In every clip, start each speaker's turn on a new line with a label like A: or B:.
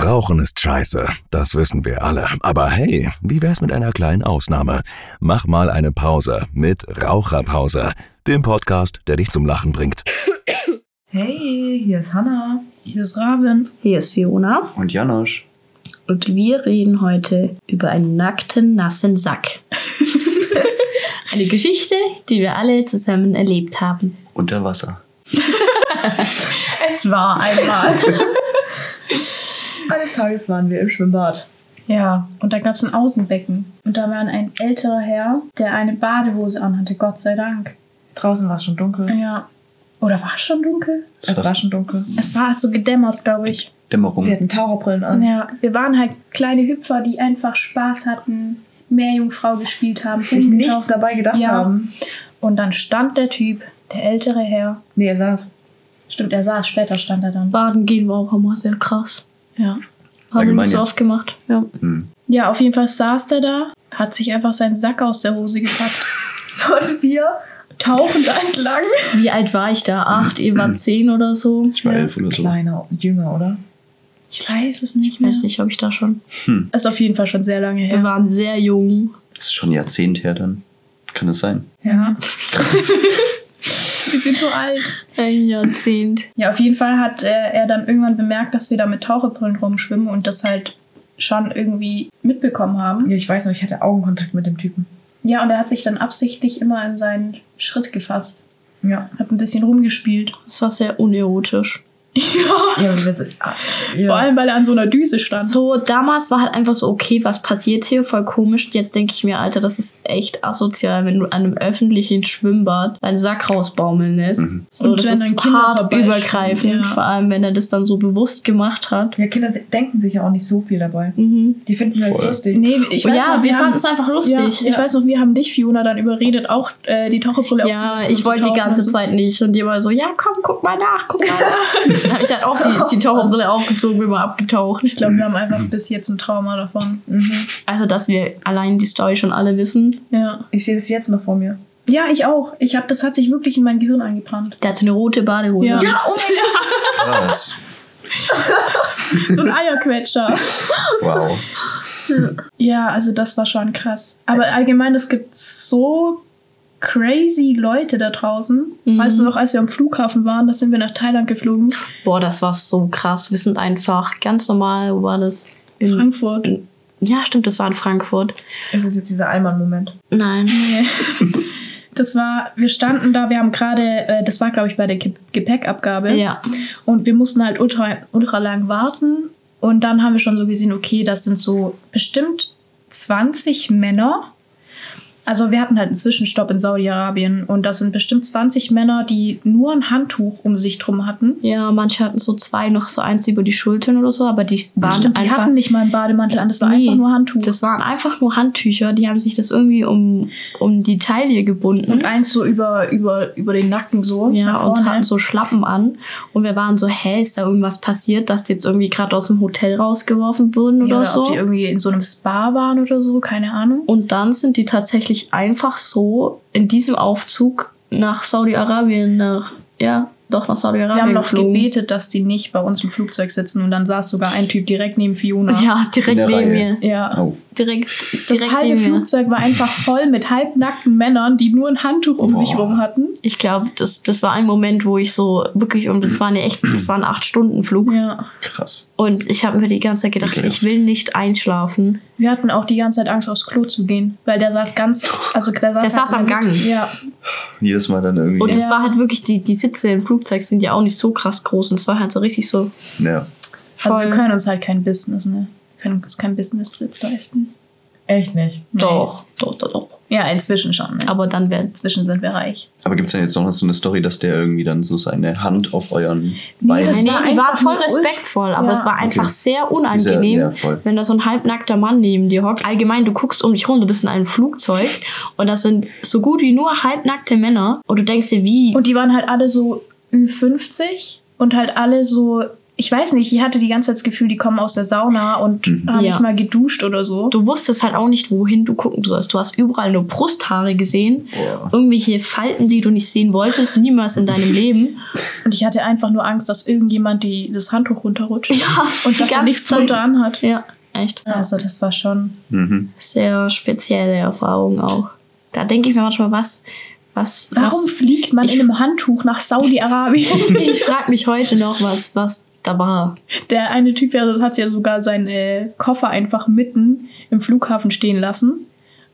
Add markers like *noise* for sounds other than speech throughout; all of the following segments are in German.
A: Rauchen ist scheiße, das wissen wir alle. Aber hey, wie wär's mit einer kleinen Ausnahme? Mach mal eine Pause mit Raucherpause, dem Podcast, der dich zum Lachen bringt.
B: Hey, hier ist Hanna. Hier ist Raven.
C: Hier ist Fiona
D: Und Janosch.
C: und wir reden heute über einen nackten, nassen Sack.
E: Eine Geschichte, die wir alle zusammen erlebt haben.
D: Unter Wasser.
B: Es war einmal.
F: *laughs* Eines Tages waren wir im Schwimmbad.
B: ja, und da gab es ein Außenbecken. Und da war ein älterer Herr, der eine Badehose anhatte, Gott sei Dank.
F: Draußen war es schon dunkel.
B: Ja. Oder war es schon dunkel?
F: Es war schon dunkel.
B: Es war so gedämmert, glaube ich.
D: Dämmerung.
F: Wir hatten Taucherbrillen an.
B: Ja, wir waren halt kleine Hüpfer, die einfach Spaß hatten, Meerjungfrau gespielt haben,
F: Sich nichts
B: rumgetaucht.
F: dabei gedacht
B: Ja.
F: haben.
B: Und dann stand der Typ, der ältere Herr.
F: Nee, er saß.
B: Stimmt, er saß später, stand er dann.
E: Baden gehen war auch immer sehr krass.
B: Ja.
E: Haben wir
D: Allgemein
E: uns
D: jetzt.
E: oft gemacht. Ja.
D: Hm.
B: Ja, auf jeden Fall saß der da, hat sich einfach seinen Sack aus der Hose gepackt. Und wir tauchen da entlang.
E: Wie alt war ich da? Acht, ihr
D: Mhm.
E: war zehn oder so.
D: Ich war elf oder so.
F: Kleiner, jünger, oder?
B: Ich weiß es nicht
E: Ich weiß nicht, ob ich da schon.
B: Ist auf jeden Fall schon sehr lange
E: Wir
B: her.
E: waren sehr jung.
D: Das ist schon ein Jahrzehnt her dann. Kann das sein?
B: Ja. *laughs* wir sind so alt.
E: Ein Jahrzehnt.
B: Ja, auf jeden Fall hat äh, er dann irgendwann bemerkt, dass wir da mit Taucherbrillen rumschwimmen und das halt schon irgendwie mitbekommen haben.
F: Ja, ich weiß noch, ich hatte Augenkontakt mit dem Typen.
B: Ja, und er hat sich dann absichtlich immer in seinen Schritt gefasst.
F: Ja.
B: Hat ein bisschen rumgespielt.
E: Das war sehr unerotisch.
F: Ja, aber wir sind, ah, ja.
B: Vor allem, weil er an so einer Düse stand.
E: So, damals war halt einfach so, okay, was passiert hier? Voll komisch. Jetzt denke ich mir, Alter, das ist echt asozial, wenn du an einem öffentlichen Schwimmbad deinen Sack rausbaumeln lässt.
D: Mhm.
E: So,
B: Und
E: das
B: wenn dann
E: ist
B: Kinder
E: hart
B: vorbeischwimmen,
E: übergreifend,
B: ja.
E: vor allem wenn er das dann so bewusst gemacht hat.
F: Ja, Kinder se- denken sich ja auch nicht so viel dabei.
E: Mhm.
F: Die finden wir jetzt
D: Voll.
F: lustig.
B: Nee, ich weiß
E: ja,
B: noch,
E: wir fanden
B: haben-
E: es einfach
B: Ja,
E: lustig.
B: Ich weiß noch, wir haben dich, Fiona, dann überredet, auch äh, die Taucherbrille
E: Ja,
B: aufzusetzen und
E: ich
B: zu
E: wollte die
B: tauchen
E: ganze
B: und so.
E: Zeit nicht. Und die war so, ja, komm, guck mal nach, guck mal
B: *laughs*
E: nach. dann habe ich halt auch die, die Taucherbrille aufgezogen, bin mal abgetaucht.
B: Ich glaube, wir haben einfach bis jetzt ein Trauma davon.
E: Also, dass wir allein die Story schon alle wissen.
B: Ja,
F: Ich sehe das jetzt noch vor mir.
B: ja ich auch. Ich hab, das hat sich wirklich in mein Gehirn eingebrannt.
E: Der hatte eine rote Badehose.
B: Ja,
E: an.
B: oh mein Gott,
D: Krass.
B: so ein Eierquetscher.
D: Wow.
B: ja, also das war schon krass. Aber allgemein, es gibt so crazy Leute da draußen.
E: Mhm.
B: Weißt du noch, als wir am Flughafen waren, da sind wir nach Thailand geflogen.
E: Boah, das war so krass. Wir sind einfach ganz normal, wo war das? In,
B: Frankfurt.
E: ja, stimmt, das war in Frankfurt.
F: Es ist jetzt dieser Allmann-Moment.
E: Nein.
B: Das war, wir standen da, wir haben gerade, äh, das war glaube ich bei der Ge- Gepäckabgabe.
E: Ja.
B: Und wir mussten halt ultra, ultra lang warten. Und dann haben wir schon so gesehen, okay, das sind so bestimmt 20 Männer. Also wir hatten halt einen Zwischenstopp in Saudi-Arabien und das sind bestimmt 20 Männer, die nur ein Handtuch um sich drum hatten.
E: Ja, manche hatten so zwei, noch so eins über die Schultern oder so, aber die waren
B: Stimmt, die
E: einfach.
B: hatten nicht mal einen Bademantel an, das war
E: Nee,
B: einfach nur Handtuch.
E: Das waren einfach nur Handtücher, die haben sich das irgendwie um, um die Taille gebunden.
B: und eins so über, über, über den Nacken so.
E: Mhm. ja,
B: nach
E: und
B: vorne.
E: hatten so Schlappen an. Und wir waren so, hä, ist da irgendwas passiert, dass die jetzt irgendwie gerade aus dem Hotel rausgeworfen wurden
B: ja,
E: oder
B: oder ob die
E: so?
B: irgendwie in so einem Spa waren oder so, keine Ahnung.
E: Und dann sind die tatsächlich einfach so in diesem Aufzug nach Saudi-Arabien, nach, ja, doch nach Saudi-Arabien.
B: Wir haben noch
E: geflogen.
B: gebetet, dass die nicht bei uns im Flugzeug sitzen und dann saß sogar ein Typ direkt neben Fiona.
E: *laughs* Ja,
D: In
E: direkt
D: der
E: neben
D: Reihe.
E: mir.
B: ja.
D: Oh.
E: Direkt, direkt
B: Das halbe
E: neben mir.
B: Flugzeug war einfach voll mit halbnackten Männern, die nur ein Handtuch um sich rum hatten.
E: Ich glaube, das, das war ein Moment, wo ich so wirklich, und
D: Mhm.
E: das war eine echt, das war ein 8-Stunden-Flug.
B: Ja.
D: Krass.
E: Und ich habe mir die ganze Zeit gedacht,
D: Ekelhaft.
E: ich will nicht einschlafen.
B: Wir hatten auch die ganze Zeit Angst, aufs Klo zu gehen, weil der saß ganz, also der saß,
E: Der
B: halt
E: saß am
B: in der
E: Gang.
B: Mitte. Ja.
D: Jedes Mal dann
E: Und
D: irgendwie.
E: es war halt wirklich, die, die Sitze im Flugzeug sind ja auch nicht so krass groß. Und es war halt so richtig so
D: Ja.
E: voll.
B: Also wir können uns halt kein Business, ne? Wir können uns kein Business-Sitz leisten.
F: Echt nicht.
E: doch, doch, doch, doch.
B: Ja, inzwischen schon. Ne? Aber
E: Aber dann wäre
B: inzwischen sind wir reich.
D: Aber gibt es denn jetzt noch so eine Story, dass der irgendwie dann so seine Hand auf euren Bein...
B: das-
E: Nee,
B: war
E: die waren
B: einfach
E: voll
B: nur ultra-
E: respektvoll, aber
B: Ja.
E: es war einfach
D: Okay.
E: sehr unangenehm,
D: Dieser- ja, voll.
E: wenn da so ein halbnackter Mann neben dir hockt. Allgemein, du guckst um dich rum, du bist in einem Flugzeug und das sind so gut wie nur halbnackte Männer und du denkst dir, wie
B: Und die waren halt alle so Ü50 und halt alle so ich weiß nicht, ich hatte die ganze Zeit das Gefühl, die kommen aus der Sauna und
D: Mhm.
B: haben
E: Ja.
B: nicht mal geduscht oder so.
E: Du wusstest halt auch nicht, wohin du gucken sollst. Du hast überall nur Brusthaare gesehen,
D: Boah.
E: irgendwelche Falten, die du nicht sehen wolltest, niemals in deinem Leben.
B: Und ich hatte einfach nur Angst, dass irgendjemand die, das Handtuch runterrutscht
E: Ja,
B: *laughs*
E: die
B: und dass er
E: ganze
B: nichts
E: Zeit.
B: drunter anhat.
E: Ja, echt.
B: Also das war schon.
D: Mhm.
E: Sehr spezielle Erfahrung auch. Da denke ich mir manchmal, was, was,
B: Warum
E: was
B: fliegt man
E: Ich-
B: in einem Handtuch nach
E: *laughs*
B: Saudi-Arabien?
E: Ich frage mich heute noch, was, was da war.
B: Der eine Typ der hat ja sogar seinen äh, Koffer einfach mitten im Flughafen stehen lassen.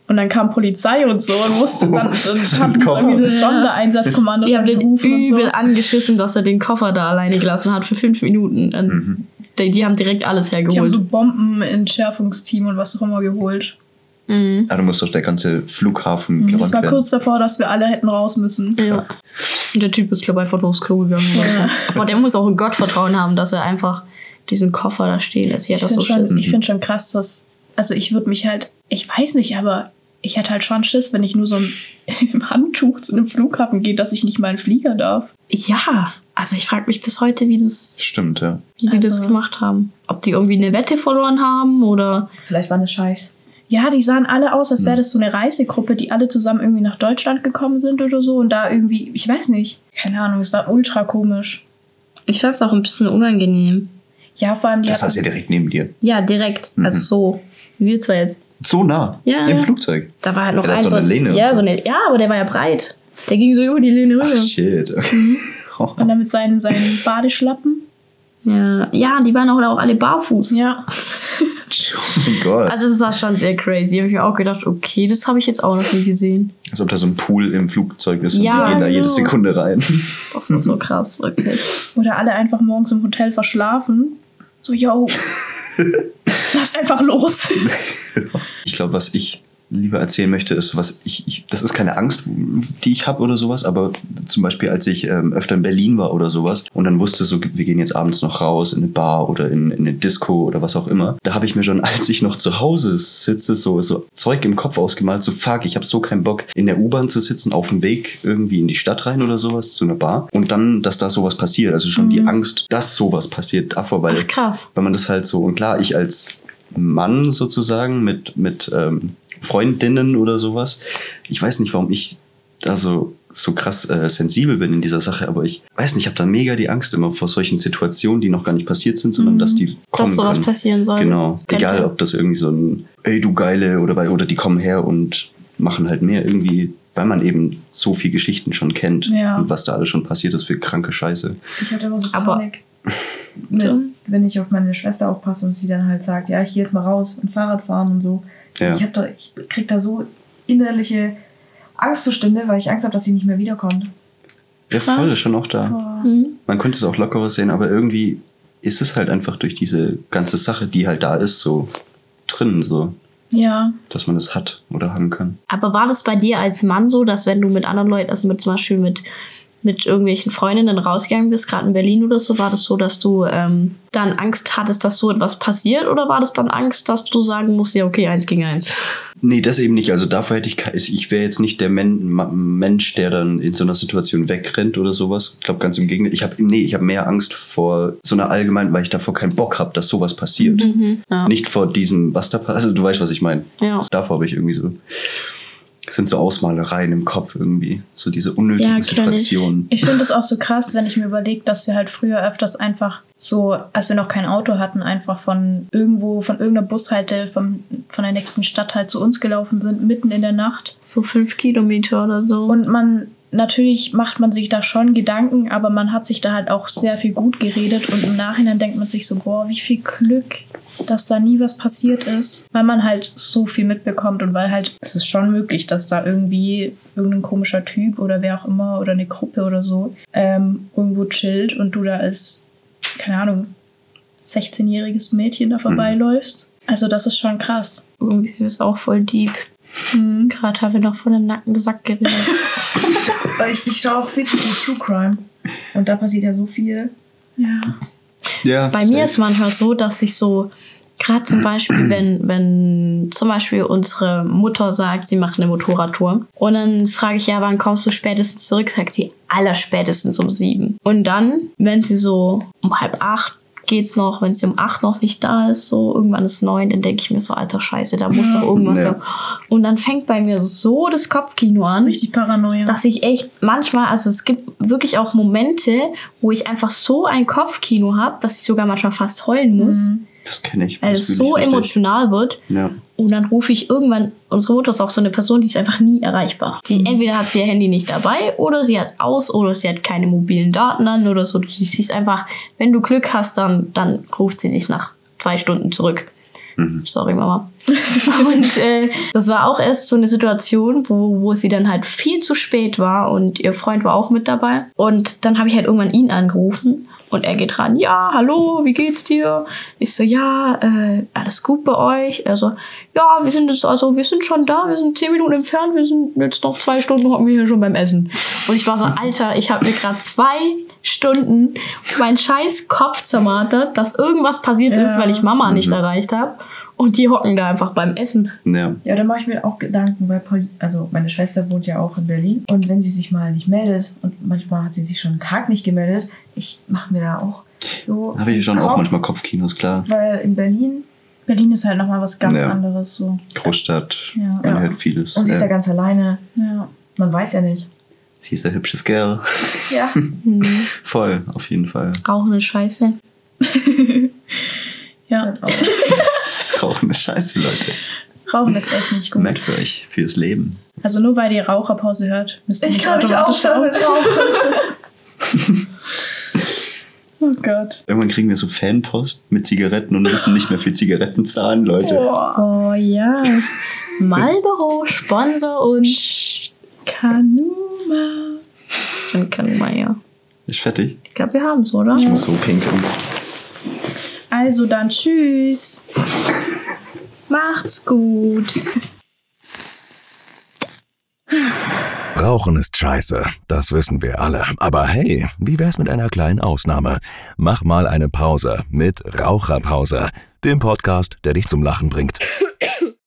B: Und dann kam Polizei und so und musste
E: *laughs*
B: dann, dann haben die so irgendwie so Sondereinsatzkommandos
E: Die haben den
B: angerufen und so.
E: übel angeschissen, dass er den Koffer da alleine gelassen hat für fünf Minuten. Und die, die haben direkt alles
B: Die haben
E: hergeholt.
B: so Bombenentschärfungsteam und was auch immer geholt.
E: mhm.
D: Ah, du musst doch der ganze Flughafen geräumt
B: Das war
D: werden.
B: kurz davor, dass wir alle hätten raus müssen.
E: ja. Und der Typ ist, glaube ich, einfach nur aufs Klo gegangen.
B: Ja.
E: Aber der muss auch in Gott vertrauen haben, dass er einfach diesen Koffer da stehen lässt. Ja,
B: Ich halt
E: das so Mhm.
B: finde schon,
E: schissen.
B: ich find schon krass, dass. Also ich würde mich halt. Ich weiß nicht, aber ich hätte halt schon Schiss, wenn ich nur so im, *laughs* im Handtuch zu einem Flughafen gehe, dass ich nicht mal einen Flieger darf.
E: Ja, also ich frage mich bis heute, wie, das,
D: Stimmt, ja.
E: wie die das
B: Also-
E: gemacht haben. Ob die irgendwie eine Wette verloren haben oder.
F: Vielleicht waren es Scheichs.
B: Ja, die sahen alle aus, als
E: Mhm.
B: wäre das so eine Reisegruppe, die alle zusammen irgendwie nach Deutschland gekommen sind oder so und da irgendwie, ich weiß nicht, keine Ahnung, es war ultra komisch.
C: Ich fand es auch ein bisschen unangenehm.
B: Ja, vor allem die
D: Das
B: hatten-
D: saß ja direkt neben dir.
C: Ja, direkt. Also
D: Mhm.
C: so. wie Wir zwei jetzt.
D: So nah.
C: Ja,
D: Im
C: ja.
D: Flugzeug.
C: Da war halt noch
D: Ja, da
C: ein
D: ist so eine Lehne und
C: Ja,
D: so.
C: so eine, ja, aber der war ja breit. Der ging so über die Lehne rüber.
D: Ach, shit.
E: Mhm.
D: *laughs* Oh
B: und dann mit seinen,
E: *laughs*
B: seinen Badeschlappen.
C: Ja, ja, die waren auch, auch alle barfuß.
B: Ja.
D: oh mein Gott.
E: Also, das war schon sehr crazy. Habe ich mir auch gedacht, okay, das habe ich jetzt auch noch nie gesehen.
D: Als ob da so ein Pool im Flugzeug ist und
E: Ja,
D: die gehen da
E: genau.
D: jede Sekunde rein.
E: Das war
D: Mhm.
E: so krass, wirklich.
B: Oder alle einfach morgens im Hotel verschlafen. So, yo. Lass einfach los.
D: Ich glaube, was ich lieber erzählen möchte, ist, was ich, ich das ist keine Angst, die ich habe oder sowas, aber zum Beispiel, als ich ähm, öfter in Berlin war oder sowas und dann wusste so, wir gehen jetzt abends noch raus in eine Bar oder in, in eine Disco oder was auch immer, da habe ich mir schon, *laughs* als ich noch zu Hause sitze, so, so Zeug im Kopf ausgemalt, so fuck, ich habe so keinen Bock, in der U-Bahn zu sitzen, auf dem Weg irgendwie in die Stadt rein oder sowas, zu einer Bar und dann, dass da sowas passiert, also schon die Angst, dass sowas passiert, davor, weil
E: Mhm. Ach, krass.
D: wenn man das halt so, und klar, ich als Mann sozusagen mit, mit ähm, Freundinnen oder sowas, ich weiß nicht, warum ich da so, so krass äh, sensibel bin in dieser Sache, aber ich weiß nicht, ich habe da mega die Angst immer vor solchen Situationen, die noch gar nicht passiert sind, sondern dass die kommen
E: Mhm. Dass sowas
D: können.
E: passieren soll.
D: Genau,
E: Könnte.
D: egal ob das irgendwie so ein, ey du Geile oder, bei- oder die kommen her und machen halt mehr irgendwie, weil man eben so viel Geschichten schon kennt
B: Ja.
D: und was da alles schon passiert ist für kranke Scheiße.
F: Ich hatte immer so
B: *laughs*
E: Aber-
F: Panik. Mit, wenn ich auf meine Schwester aufpasse und sie dann halt sagt, ja, ich gehe jetzt mal raus und Fahrrad fahren und so.
D: Ja.
F: Ich, hab da, ich krieg da so innerliche Angstzustände, weil ich Angst habe, dass sie nicht mehr wiederkommt.
D: Der Voll ist schon auch da.
F: Boah.
C: Mhm.
D: Man könnte es auch lockerer sehen, aber irgendwie ist es halt einfach durch diese ganze Sache, die halt da ist, so drin, so,
B: Ja.
D: dass man es hat oder haben kann.
E: Aber war das bei dir als Mann so, dass wenn du mit anderen Leuten, also mit zum Beispiel mit, mit irgendwelchen Freundinnen rausgegangen bist, gerade in Berlin oder so, war das so, dass du ähm, dann Angst hattest, dass so etwas passiert? Oder war das dann Angst, dass du sagen musst, ja, okay, eins gegen eins?
D: Nee, das eben nicht. Also dafür hätte ich, ke- ich wäre jetzt nicht der Men Ma- Mensch, der dann in so einer Situation wegrennt oder sowas. Ich glaube ganz im Gegenteil. Ich habe nee, ich habe mehr Angst vor so einer allgemeinen, weil ich davor keinen Bock habe, dass sowas passiert. Nicht vor diesem, was da passiert. Also du weißt, was ich meine.
E: Mhm. Ja.
D: Davor habe ich irgendwie so es sind so Ausmalereien im Kopf irgendwie, so diese unnötigen
E: Ja, kenn ich.
D: Situationen.
B: Ich finde es auch so krass, wenn ich mir überlege, dass wir halt früher öfters einfach so, als wir noch kein Auto hatten, einfach von irgendwo, von irgendeiner Bushalte, vom, von der nächsten Stadt halt zu uns gelaufen sind, mitten in der Nacht.
E: So fünf Kilometer oder so.
B: Und man, natürlich macht man sich da schon Gedanken, aber man hat sich da halt auch sehr viel gut geredet und im Nachhinein denkt man sich so, boah, wie viel Glück, dass da nie was passiert ist, weil man halt so viel mitbekommt und weil halt, es ist schon möglich, dass da irgendwie irgendein komischer Typ oder wer auch immer oder eine Gruppe oder so ähm, irgendwo chillt und du da als, keine Ahnung, 16-jähriges Mädchen da vorbeiläufst. Also das ist schon krass.
E: irgendwie ist es auch voll deep. Gerade haben wir noch von einem nackten Sack geredet.
F: Weil ich, ich schaue auch viel zu viel True Crime. Und da passiert ja so viel.
B: Ja.
D: Ja,
E: Bei
D: safe.
E: mir ist manchmal so, dass ich so, gerade zum
D: *clears throat*
E: Beispiel, wenn, wenn zum Beispiel unsere Mutter sagt, sie macht eine Motorradtour. Und dann frage ich ja, wann kommst du spätestens zurück? Sagt sie, allerspätestens um sieben. Und dann, wenn sie so um halb acht geht's noch, wenn sie um acht noch nicht da ist, so irgendwann ist neun, dann denke ich mir so, alter Scheiße, da
D: *laughs*
E: muss doch irgendwas
D: Ja.
E: sein. Und dann fängt bei mir so das Kopfkino
B: Das ist
E: an
B: richtig Paranoia.
E: dass ich echt manchmal, also es gibt wirklich auch Momente, wo ich einfach so ein Kopfkino habe, dass ich sogar manchmal fast heulen muss,
D: Das kenne ich.
E: weil
D: Das
E: es
D: fühl
E: so
D: ich richtig.
E: emotional wird.
D: Ja.
E: Und dann rufe ich irgendwann, unsere Mutter ist auch so eine Person, die ist einfach nie erreichbar. Die entweder hat sie ihr Handy nicht dabei oder sie hat aus oder sie hat keine mobilen Daten an oder so. Du siehst einfach, wenn du Glück hast, dann, dann ruft sie dich nach zwei Stunden zurück. Sorry, Mama. *laughs* und äh, das war auch erst so eine Situation, wo, wo sie dann halt viel zu spät war und ihr Freund war auch mit dabei. Und dann habe ich halt irgendwann ihn angerufen und er geht ran, ja, hallo, wie geht's dir? Ich so, ja, äh, alles gut bei euch? Also, ja, wir sind jetzt, also wir sind schon da, wir sind zehn Minuten entfernt, wir sind jetzt noch zwei Stunden, hocken wir hier schon beim Essen. Und ich war so, Alter, ich habe mir gerade zwei Stunden meinen scheiß Kopf zermartert, dass irgendwas passiert ist,
F: Ja.
E: weil ich Mama nicht erreicht habe. Und die hocken da einfach beim Essen.
D: Ja.
F: Ja, da mache ich mir auch Gedanken, weil Paul, also meine Schwester wohnt ja auch in Berlin. Und wenn sie sich mal nicht meldet, und manchmal hat sie sich schon einen Tag nicht gemeldet, ich mache mir da auch so.
D: Habe ich schon auch
F: Kopf,
D: manchmal Kopfkinos, klar.
F: Weil in Berlin,
B: Berlin ist halt nochmal was ganz
D: Ja.
B: anderes. So.
D: Großstadt,
B: Ja.
D: man
F: Ja.
D: hört vieles.
F: und sie ist ja
D: ja.
F: ganz alleine,
B: Ja.
F: man weiß ja nicht.
D: Sie ist ein hübsches Girl. *laughs*
F: Ja.
D: Voll, auf jeden Fall.
E: Rauchende Scheiße.
B: ja.
D: Rauchen ist scheiße, Leute.
B: Rauchen ist echt nicht gut.
D: Merkt euch fürs Leben.
B: Also nur weil ihr Raucherpause hört, müsst ihr
F: Ich kann nicht
B: automatisch
F: aufhören mit Rauchen.
B: rauchen. *laughs* Oh Gott.
D: Irgendwann kriegen wir so Fanpost mit Zigaretten und müssen nicht mehr für Zigaretten zahlen, Leute.
E: Oh ja. *laughs* Marlboro, Sponsor und
B: Kanuma.
E: dann kann man ja.
D: Ist fertig.
E: Ich glaube, wir haben's, oder?
D: Ich muss so pinkeln.
B: Also dann tschüss.
E: Macht's gut.
A: Rauchen ist scheiße, das wissen wir alle. Aber hey, wie wär's mit einer kleinen Ausnahme? Mach mal eine Pause mit Raucherpause, dem Podcast, der dich zum Lachen bringt.